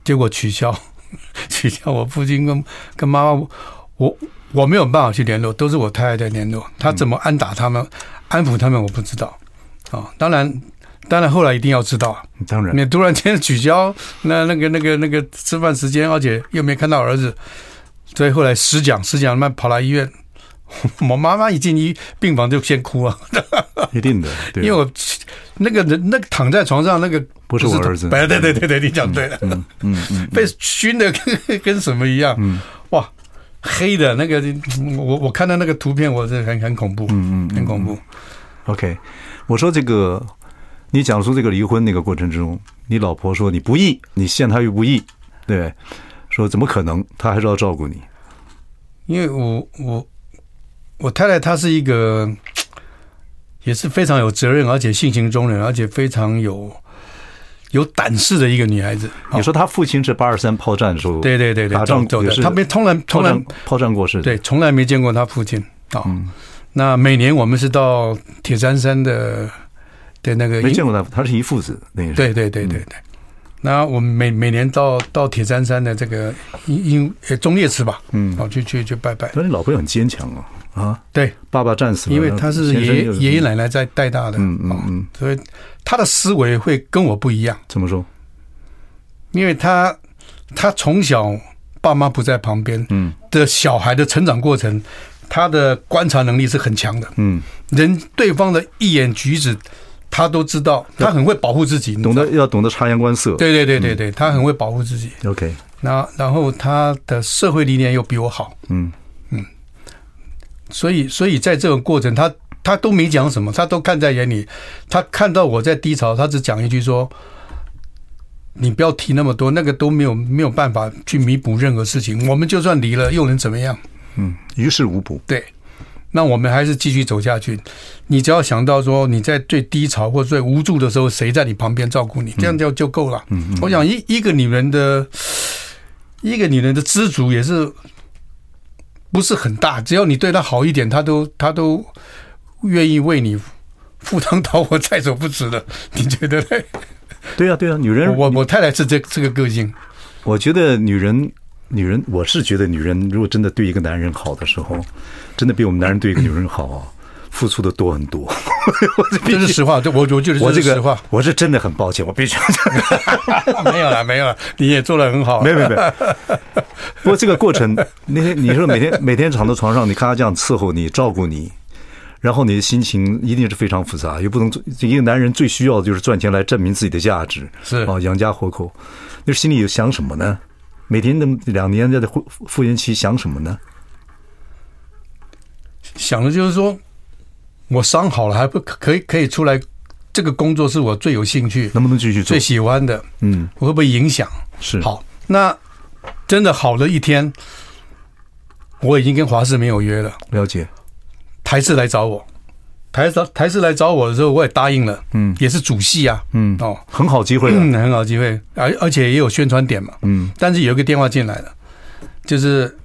Speaker 2: 结果取消， 取消。我父亲跟跟妈妈，我我没有办法去联络，都是我太太在联络。她怎么安打他们，安抚他们，我不知道。啊、当然，当然后来一定要知道啊。
Speaker 1: 当然
Speaker 2: 你突然间取消那那个那个那个吃饭时间，而且又没看到儿子，所以后来师讲师讲，他妈跑来医院，我妈妈一进医病房就先哭啊，
Speaker 1: 一定 的，对啊
Speaker 2: 因为我那个人那个躺在床上那个
Speaker 1: 不是我儿子
Speaker 2: 对对对对对，你讲对了，
Speaker 1: 嗯嗯嗯，
Speaker 2: 被熏的跟跟什么一样，哇，黑的那个，我我看到那个图片，我是很很恐怖，嗯嗯，很恐怖，
Speaker 1: OK，我说这个，你讲述这个离婚那个过程之中，你老婆说你不义，你陷她于不义，对，说怎么可能？她还是要照顾你，
Speaker 2: 因为我我我太太她是一个也是非常有责任，而且性情中人，而且非常有有胆识的一个女孩子。
Speaker 1: 你说他父亲是八二三炮战的时候，
Speaker 2: 哦对对对对
Speaker 1: 打仗
Speaker 2: 走走的
Speaker 1: 也是
Speaker 2: 他没从来
Speaker 1: 炮
Speaker 2: 从来
Speaker 1: 战炮战过世，
Speaker 2: 对，，从来没见过他父亲啊、
Speaker 1: 嗯
Speaker 2: 那每年我们是到铁山山的的那个
Speaker 1: 没见过嗯他，他是一父子，那个是
Speaker 2: 对对对对对。那我们每每年到到铁山山的这个英英呃中烈祠吧，嗯，哦，去去去拜拜。
Speaker 1: 那你老婆也很坚强啊啊！
Speaker 2: 对，
Speaker 1: 爸爸战死了，
Speaker 2: 因为他是
Speaker 1: 先生
Speaker 2: 爷
Speaker 1: 又
Speaker 2: 爷爷奶奶在带大的，
Speaker 1: 嗯嗯嗯
Speaker 2: 哦，所以他的思维会跟我不一样，
Speaker 1: 怎么说？
Speaker 2: 因为他他从小爸妈不在旁边，嗯，的小孩的成长过程，他的观察能力是很强的，
Speaker 1: 嗯，
Speaker 2: 人对方的一言举止，他都知道，他很会保护自己，你知道
Speaker 1: 懂得要懂得察言观色。
Speaker 2: 对对对对对，他很会保护自己，
Speaker 1: ，OK，
Speaker 2: 那然后他的社会历练又比我好，
Speaker 1: 嗯，
Speaker 2: 所以，所以在这个过程，他他都没讲什么，他都看在眼里。他看到我在低潮，他只讲一句说：“你不要提那么多，那个都没有没有办法去弥补任何事情。我们就算离了，又能怎么样？
Speaker 1: 于事无补。
Speaker 2: 对，那我们还是继续走下去。你只要想到说你在最低潮或最无助的时候，谁在你旁边照顾你，这样就就够了。嗯我想一一个女人的，一个女人的知足也是不是很大，只要你对她好一点，她都她都愿意为你。赴汤蹈火，在所不辞的， 你觉得嘞？
Speaker 1: 对啊，对啊，女人，
Speaker 2: 我我太太是这这个个性，
Speaker 1: 我觉得女人，女人，我是觉得女人如果真的对一个男人好的时候，真的比我们男人对一个女人好啊， 付出的多很多。
Speaker 2: 这是实话。这我我觉得
Speaker 1: 我
Speaker 2: 这
Speaker 1: 这
Speaker 2: 是实
Speaker 1: 个
Speaker 2: 话。
Speaker 1: 我是真的很抱歉，我必须。
Speaker 2: 没有了，没有了， 你也做的很好。啊
Speaker 1: 没有没有没有。不过这个过程，那天你说每天 每天躺在床上，你看他这样伺候你、照顾你，然后你的心情一定是非常复杂，又不能做一个男人最需要的就是赚钱来证明自己的价值，
Speaker 2: 是
Speaker 1: 啊，养家活口。那心里有想什么呢？每天那么两年的复复原期想什么呢？
Speaker 2: 想的就是说，我伤好了还不可以可以出来，这个工作是我最有兴趣、
Speaker 1: 能不能继续做
Speaker 2: 最？喜欢的，
Speaker 1: 嗯，
Speaker 2: 我会不会影响？
Speaker 1: 是，
Speaker 2: 好，那真的好了一天，我已经跟华视没有约了，
Speaker 1: 了解，
Speaker 2: 台视来找我，台视台视来找我的时候，我也答应了，嗯，也是主戏啊，
Speaker 1: 嗯
Speaker 2: 哦，
Speaker 1: 很好 机会了。
Speaker 2: 嗯，很好机会，而而且也有宣传点嘛，
Speaker 1: 嗯，
Speaker 2: 但是有一个电话进来了，就是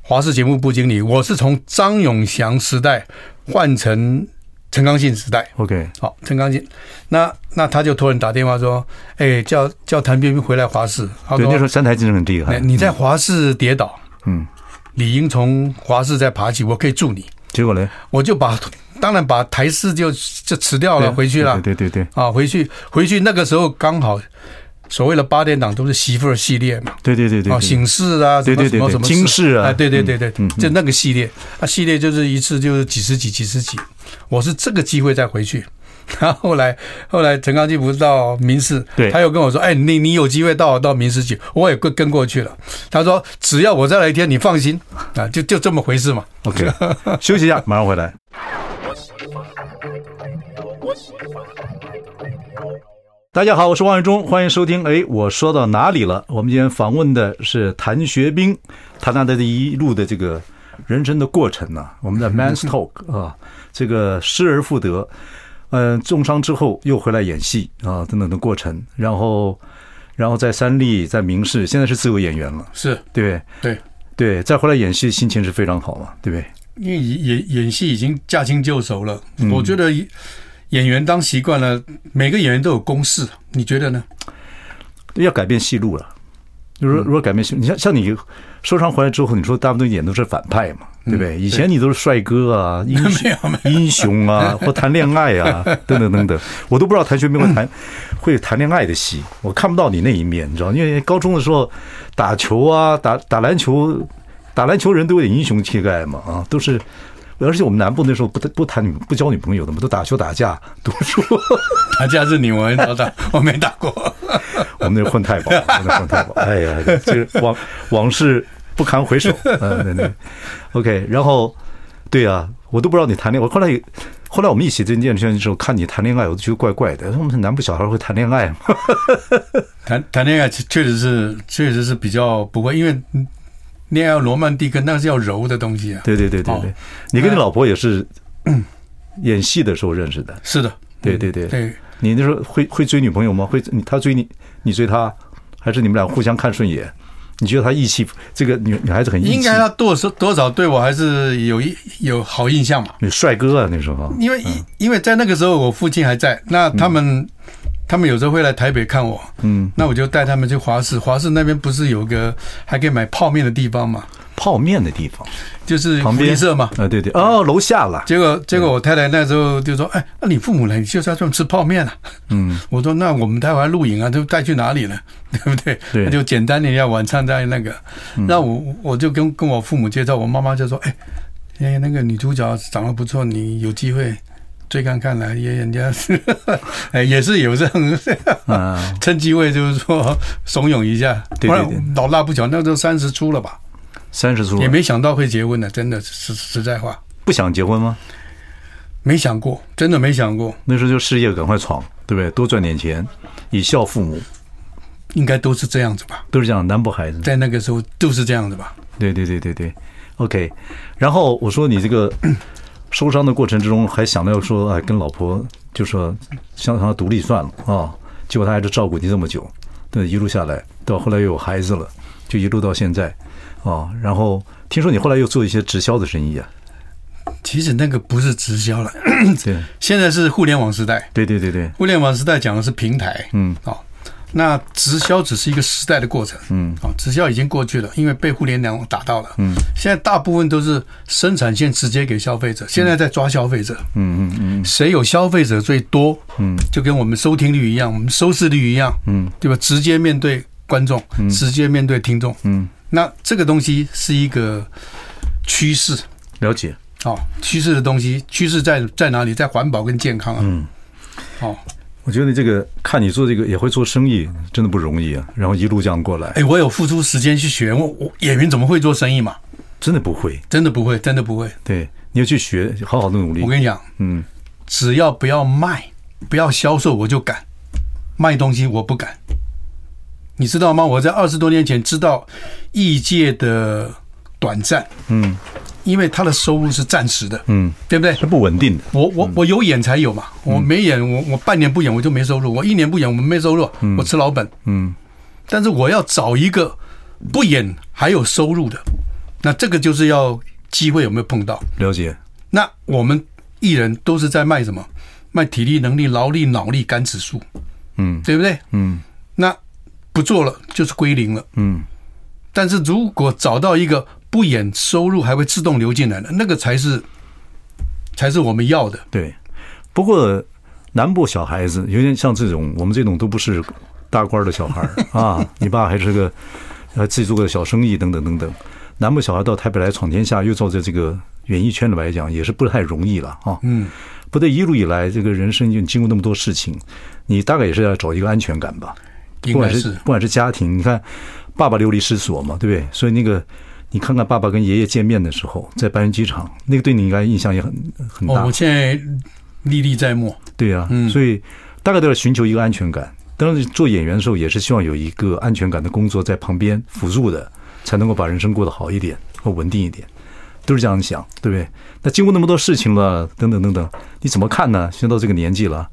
Speaker 2: 华视节目部经理，我是从张永祥时代换成陈刚信时代。
Speaker 1: OK，
Speaker 2: 好，陈刚信，那那他就托人打电话说，哎、叫叫谭冰冰回来华视。他
Speaker 1: 对，那时候
Speaker 2: 说，
Speaker 1: 三台竞争很厉害，
Speaker 2: 你你在华视跌倒，
Speaker 1: 嗯，
Speaker 2: 理应从华视再爬起，我可以助你。
Speaker 1: 结果嘞，
Speaker 2: 我就把当然把台视就就辞掉了，回去了。
Speaker 1: 对对对
Speaker 2: 啊，回去回去那个时候刚好所谓的八点档都是媳妇儿系列嘛，
Speaker 1: 对对对对
Speaker 2: 啊，
Speaker 1: 对，
Speaker 2: 醒世啊，什
Speaker 1: 对
Speaker 2: 么
Speaker 1: 对
Speaker 2: 什
Speaker 1: 对
Speaker 2: 么
Speaker 1: 对
Speaker 2: 什么
Speaker 1: 金饰啊
Speaker 2: 对对对对，就那个系列啊，系列就是一次就是几十几几十几，我是这个机会再回去。 然后后来，后来陈刚基不是到民视，
Speaker 1: 对
Speaker 2: 他又跟我说：“哎，你你有机会到到民视去，我也跟跟过去了。”他说：“只要我再来一天，你放心啊，就就这么回事嘛。
Speaker 1: OK，休 息一下，马上回来。大家好，我是王伟忠，欢迎收听。哎，我说到哪里了？我们今天访问的是谭学兵，谈他的这一路的这个 啊人生的过程呢、我们的 Man's Talk 啊，这个失而复得。呃，重伤之后又回来演戏啊，等等的过程，然后，然后在三立，在明视，现在是自由演员了，
Speaker 2: 是
Speaker 1: 对不对？
Speaker 2: 对，
Speaker 1: 对，再回来演戏，心情是非常好嘛，对不对？
Speaker 2: 因为演演戏已经驾轻就熟了，我觉得演员当习惯了，每个演员都有公式，你觉得呢？
Speaker 1: 要改变戏路了。就是
Speaker 2: 嗯
Speaker 1: 说如果改变戏，你像像你收场回来之后，你说大部分演都是反派嘛，对不对？以前你都是帅哥 啊，英雄
Speaker 2: 嗯没有没
Speaker 1: 英雄 啊，或谈恋爱啊，等等等等，我都不知道谭学斌会 谈会谈恋爱的戏，我看不到你那一面，你知道？因为高中的时候打球啊，打打篮球，打篮球人都有点英雄气概嘛，啊，都是。而且我们南部那时候不不谈女不交女朋友的嘛，都打球打架读书，
Speaker 2: 打架啊是你们打打，我没打过。
Speaker 1: 我们那混太饱，我们那混太饱。哎呀，这个往往事不堪 回首。嗯，对对。OK，然后对啊，我都不知道你谈恋爱。我后来也后来我们一起在健身的时候看你谈恋爱，我都觉得怪怪的。我们南部小孩会谈恋爱 吗？
Speaker 2: 谈谈恋爱确确实是确实是比较不会，因为恋爱罗曼蒂克那是要柔的东西啊。
Speaker 1: 对对对对对
Speaker 2: 哦。
Speaker 1: 你跟你老婆也是演戏的时候认识的。
Speaker 2: 是的，
Speaker 1: 对对对。
Speaker 2: 嗯对，
Speaker 1: 你那时候会会追女朋友吗？会你他追你，你追他，还是你们俩互相看顺眼？你觉得她义气，这个女女孩子很义气？
Speaker 2: 应该他多少多少对我还是有一有好印象嘛。
Speaker 1: 你帅哥啊，那时候。
Speaker 2: 因为因因为在那个时候我父亲还在，那他们他们有时候会来台北看我，
Speaker 1: 嗯，
Speaker 2: 那我就带他们去华市，华市那边不是有个还可以买泡面的地方嘛，
Speaker 1: 泡面的地方，
Speaker 2: 就是
Speaker 1: 旁
Speaker 2: 福利
Speaker 1: 边嗯
Speaker 2: 社嘛。
Speaker 1: 啊，对对，哦，楼下了，
Speaker 2: 结果结果我太太那时候就说：“哎，那你父母来，你就是要这么吃泡面啊？”
Speaker 1: 嗯，
Speaker 2: 我说：“那我们待会儿露营啊，都带去哪里呢？ 对不对？
Speaker 1: 对嗯
Speaker 2: 那就简单点，要晚餐在那个。那我我就跟跟我父母介绍，我妈妈就说：‘哎，哎，那个女主角长得不错，你有机会追看看来，也人家 是哎也是有这样
Speaker 1: 嗯，
Speaker 2: 趁机会，就是说怂恿一下，
Speaker 1: 对对
Speaker 2: 不然
Speaker 1: 对
Speaker 2: 老大不小，那时候三十出了吧，
Speaker 1: 三十出
Speaker 2: 也
Speaker 1: 了，
Speaker 2: 没想到会结婚的，真的实实在话，
Speaker 1: 不想结婚吗？
Speaker 2: 没想过，真的没想过。”
Speaker 1: 那时候就事业赶快闯，对不对？多赚点钱，以孝父母，
Speaker 2: 应该都是这样子吧，
Speaker 1: 都是这样，南部孩子，
Speaker 2: 在那个时候都是这样子吧。
Speaker 1: 对对对对对，OK。然后我说你这个 受伤的过程之中，还想到说，哎，跟老婆就说想想要独立算了啊，结果她还是照顾你这么久，对，一路下来到后来又有孩子了，就一路到现在啊。然后听说你后来又做一些直销的生意啊，
Speaker 2: 其实那个不是直销了，
Speaker 1: 对
Speaker 2: 现在是互联网时代。
Speaker 1: 对对对对，
Speaker 2: 互联网时代讲的是平台，
Speaker 1: 嗯，
Speaker 2: 哦，那直销只是一个时代的过程，
Speaker 1: 嗯，
Speaker 2: 哦，直销已经过去了，因为被互联网打到了，嗯，现在大部分都是生产线直接给消费者，现在在抓消费者，
Speaker 1: 嗯嗯嗯
Speaker 2: 谁有消费者最多，
Speaker 1: 嗯，
Speaker 2: 就跟我们收听率一样，我们收视率一样，
Speaker 1: 嗯，
Speaker 2: 对吧？直接面对观众，直接面对听众，
Speaker 1: 嗯，
Speaker 2: 那这个东西是一个趋势，
Speaker 1: 了解。
Speaker 2: 哦，趋势的东西，趋势在在哪里？在环保跟健康啊。嗯，哦，
Speaker 1: 我觉得这个看你做这个也会做生意，真的不容易啊。然后一路这样过来，
Speaker 2: 哎，我有付出时间去学，我我演员怎么会做生意嘛？
Speaker 1: 真的不会。
Speaker 2: 真的不会，真的不会。
Speaker 1: 对，你要去学，好好的努力
Speaker 2: 我。跟你讲，
Speaker 1: 嗯，
Speaker 2: 只要不要卖，不要销售，我就敢卖东西，我不敢。你知道吗？我在二十多年前知道业界的短暂，
Speaker 1: 嗯，
Speaker 2: 因为他的收入是暂时的，
Speaker 1: 嗯，
Speaker 2: 对不对？
Speaker 1: 是不稳定的。
Speaker 2: 我我我有演才有嘛，我
Speaker 1: 嗯
Speaker 2: 没演，我我半年不演我就没收入，我一年不演我没收入，我吃老本。
Speaker 1: 嗯，
Speaker 2: 但是我要找一个不演还有收入的，那这个就是要机会有没有碰到？
Speaker 1: 了解。
Speaker 2: 那我们艺人都是在卖什么？卖体力、能力、劳力、脑力、肝指数，
Speaker 1: 嗯
Speaker 2: 对不对？
Speaker 1: 嗯
Speaker 2: 那不做了就是归零了。
Speaker 1: 嗯，
Speaker 2: 但是如果找到一个不演收入还会自动流进来的，那个才是才是我们要的。
Speaker 1: 对。不过南部小孩子有点像这种，我们这种都不是大官儿的小孩 儿啊。你爸还是个呃自己做个小生意等等等等。南部小孩到台北来闯天下，又照着这个演艺圈里来讲，也是不太容易了啊。嗯。不对，一路以来，这个人生就经过那么多事情，你大概也是要找一个安全感吧。
Speaker 2: 应
Speaker 1: 不
Speaker 2: 该
Speaker 1: 管
Speaker 2: 是
Speaker 1: 不管是家庭，你看爸爸流离失所嘛，对不对？所以那个你看看爸爸跟爷爷见面的时候，在白云机场，那个对你应该印象也很很
Speaker 2: 哦，
Speaker 1: 大
Speaker 2: 我，嗯现在历历在目。
Speaker 1: 对呀、所以大概都要寻求一个安全感。当然，做演员的时候也是希望有一个安全感的工作在旁边辅助的，才能够把人生过得好一点或稳定一点。都是这样想，对不对？那经过那么多事情了，等等等等，你怎么看呢？现在到这个年纪了，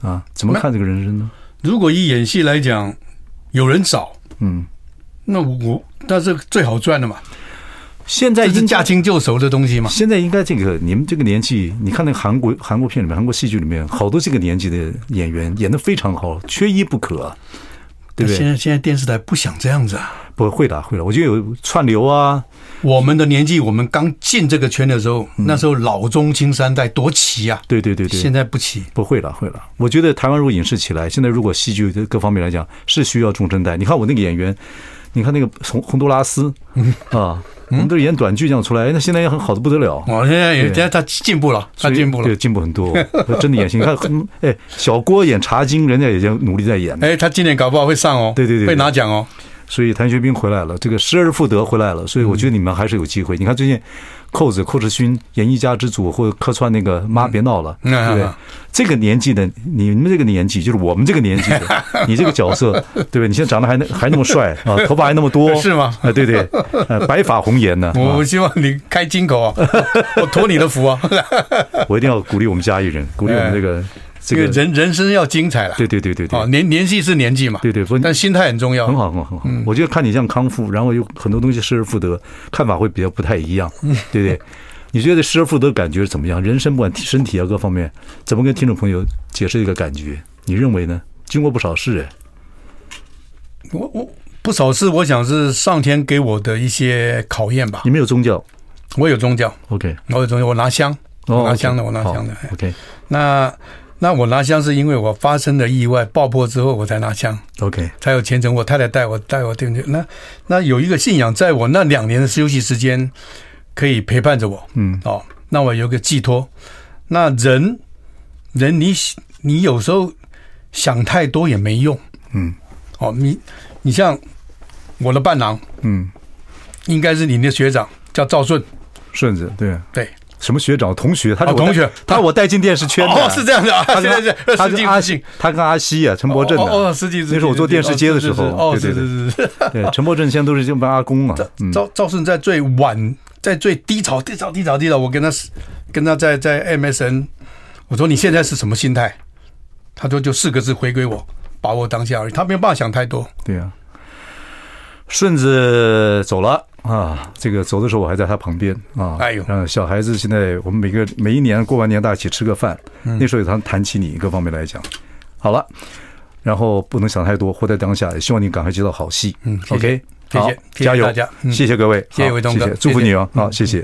Speaker 1: 啊，怎么看这个人生呢？
Speaker 2: 如果以演戏来讲，有人找，
Speaker 1: 嗯，
Speaker 2: 那我那这个最好赚的嘛，
Speaker 1: 现在
Speaker 2: 这
Speaker 1: 已
Speaker 2: 是
Speaker 1: 经
Speaker 2: 驾轻就熟的东西嘛。
Speaker 1: 现在应该这个你们这个年纪，你看那个韩国韩国片里面、韩国戏剧里面，好多这个年纪的演员演的非常好，缺一不可啊，对不
Speaker 2: 现
Speaker 1: 对？
Speaker 2: 在现在电视台不想这样子啊。
Speaker 1: 不会的，会的。我觉得有串流啊，
Speaker 2: 我们的年纪，我们刚进这个圈的时候，那时候老中青三代多齐啊。
Speaker 1: 对嗯对对对。
Speaker 2: 现在不齐，
Speaker 1: 不会了，会了。我觉得台湾如果影视起来，现在如果戏剧的各方面来讲，是需要中生代。你看我那个演员，你看那个洪洪都拉 斯啊，我们都是演短剧这样出来，那现在也很好的不得了。
Speaker 2: 我哦现在也
Speaker 1: 对
Speaker 2: 现在他进步了， 他
Speaker 1: 所以
Speaker 2: 进步了
Speaker 1: 对，。进步很多。 我真的演戏，你看，嗯哎，小郭演茶经，人家也在努力在演。
Speaker 2: 哎，他今年搞不好会上哦，
Speaker 1: 对对对对
Speaker 2: 会拿奖哦。
Speaker 1: 所以谭学斌回来了，这个失而复得回来了，所以
Speaker 2: 嗯
Speaker 1: 我觉得你们还是有机会。你看最近寇子、寇世勋演一家之主，或者客串那个妈别闹了，
Speaker 2: 嗯
Speaker 1: 对不对
Speaker 2: 嗯？
Speaker 1: 这个年纪的你们这个年纪，就是我们这个年纪的 你这个角色，对不对？你现在长得还那还那么帅啊，头发还那么多，
Speaker 2: 是吗
Speaker 1: 啊，对对，呃白发红颜呢。
Speaker 2: 我
Speaker 1: 啊
Speaker 2: 我希望你开金口啊， 我托你的福啊，
Speaker 1: 我一定要鼓励我们家艺人，鼓励我们这个这
Speaker 2: 哎 这个
Speaker 1: 个，
Speaker 2: 人人生要精彩了。
Speaker 1: 对对对对对
Speaker 2: 哦，，年年纪是年纪嘛，
Speaker 1: 对对不
Speaker 2: 但心态很重要。
Speaker 1: 很，好，很好，很好。
Speaker 2: 嗯
Speaker 1: 我觉得看你这样康复，然后有很多东西失而复得，看法会比较不太一样，
Speaker 2: 嗯
Speaker 1: 对不 对？你觉得失而复得感觉是怎么样？人生不管身体啊各方面，怎么跟听众朋友解释这个感觉？你认为呢？经过不少事，哎，
Speaker 2: 我我不少是我想是上天给我的一些考验吧
Speaker 1: 你。没有宗教
Speaker 2: 我有宗教，
Speaker 1: ，OK，
Speaker 2: 我有宗教，我拿香，
Speaker 1: 哦
Speaker 2: 我拿香的，
Speaker 1: OK，
Speaker 2: 我拿香的。哎
Speaker 1: 好，OK
Speaker 2: 那那我拿香是因为我发生了意外爆破之后我才拿香，
Speaker 1: OK，
Speaker 2: 才有虔诚。我太太带我带我进去，那那有一个信仰，在我那两年的休息时间可以陪伴着我。
Speaker 1: 嗯
Speaker 2: 哦，那我有个寄托。那人，人你你有时候想太多也没用。
Speaker 1: 嗯
Speaker 2: 哦，你你像我的伴郎，
Speaker 1: 嗯，
Speaker 2: 应该是你的学长，叫赵顺。
Speaker 1: 顺子对，
Speaker 2: 对，
Speaker 1: 什么学长同学，他是
Speaker 2: 哦
Speaker 1: 我带
Speaker 2: 同学
Speaker 1: 他是我带进电视圈的，
Speaker 2: 哦，是这样的啊，
Speaker 1: 他
Speaker 2: 现在
Speaker 1: 跟
Speaker 2: 是
Speaker 1: 他
Speaker 2: 实
Speaker 1: 跟
Speaker 2: 际
Speaker 1: 阿
Speaker 2: 不行
Speaker 1: 信，他跟阿西啊，陈
Speaker 2: 哦
Speaker 1: 柏正
Speaker 2: 哦，
Speaker 1: 啊
Speaker 2: 哦，，实际
Speaker 1: 那是我做电视街的时候
Speaker 2: 哦，
Speaker 1: 对
Speaker 2: 是
Speaker 1: 对
Speaker 2: 是是是，
Speaker 1: 对，陈柏正现在都是这帮阿公啊，嗯
Speaker 2: 赵赵顺在最晚，在最低潮，低潮，低潮，低潮，我跟他跟他在在 MSN，我说你现在是什么心态？他说就四个字，回归我，把握当下而已。他没有办法想太多，
Speaker 1: 对呀、顺子走了啊，这个走的时候我还在他旁边啊。
Speaker 2: 哎呦
Speaker 1: 嗯，小孩子现在我们每个每一年过完年大家一起吃个饭，
Speaker 2: 嗯
Speaker 1: 那时候也谈谈起你各方面来讲，好了，然后不能想太多，活在当下，也希望你赶快接到好戏。
Speaker 2: 嗯谢
Speaker 1: o
Speaker 2: 谢
Speaker 1: k
Speaker 2: 谢谢
Speaker 1: 好
Speaker 2: 谢谢
Speaker 1: 加油，
Speaker 2: 大家嗯
Speaker 1: 谢谢各位，
Speaker 2: 谢谢
Speaker 1: 好
Speaker 2: 伟东哥嗯
Speaker 1: 谢谢，祝福
Speaker 2: 谢谢
Speaker 1: 你哦，好，谢谢。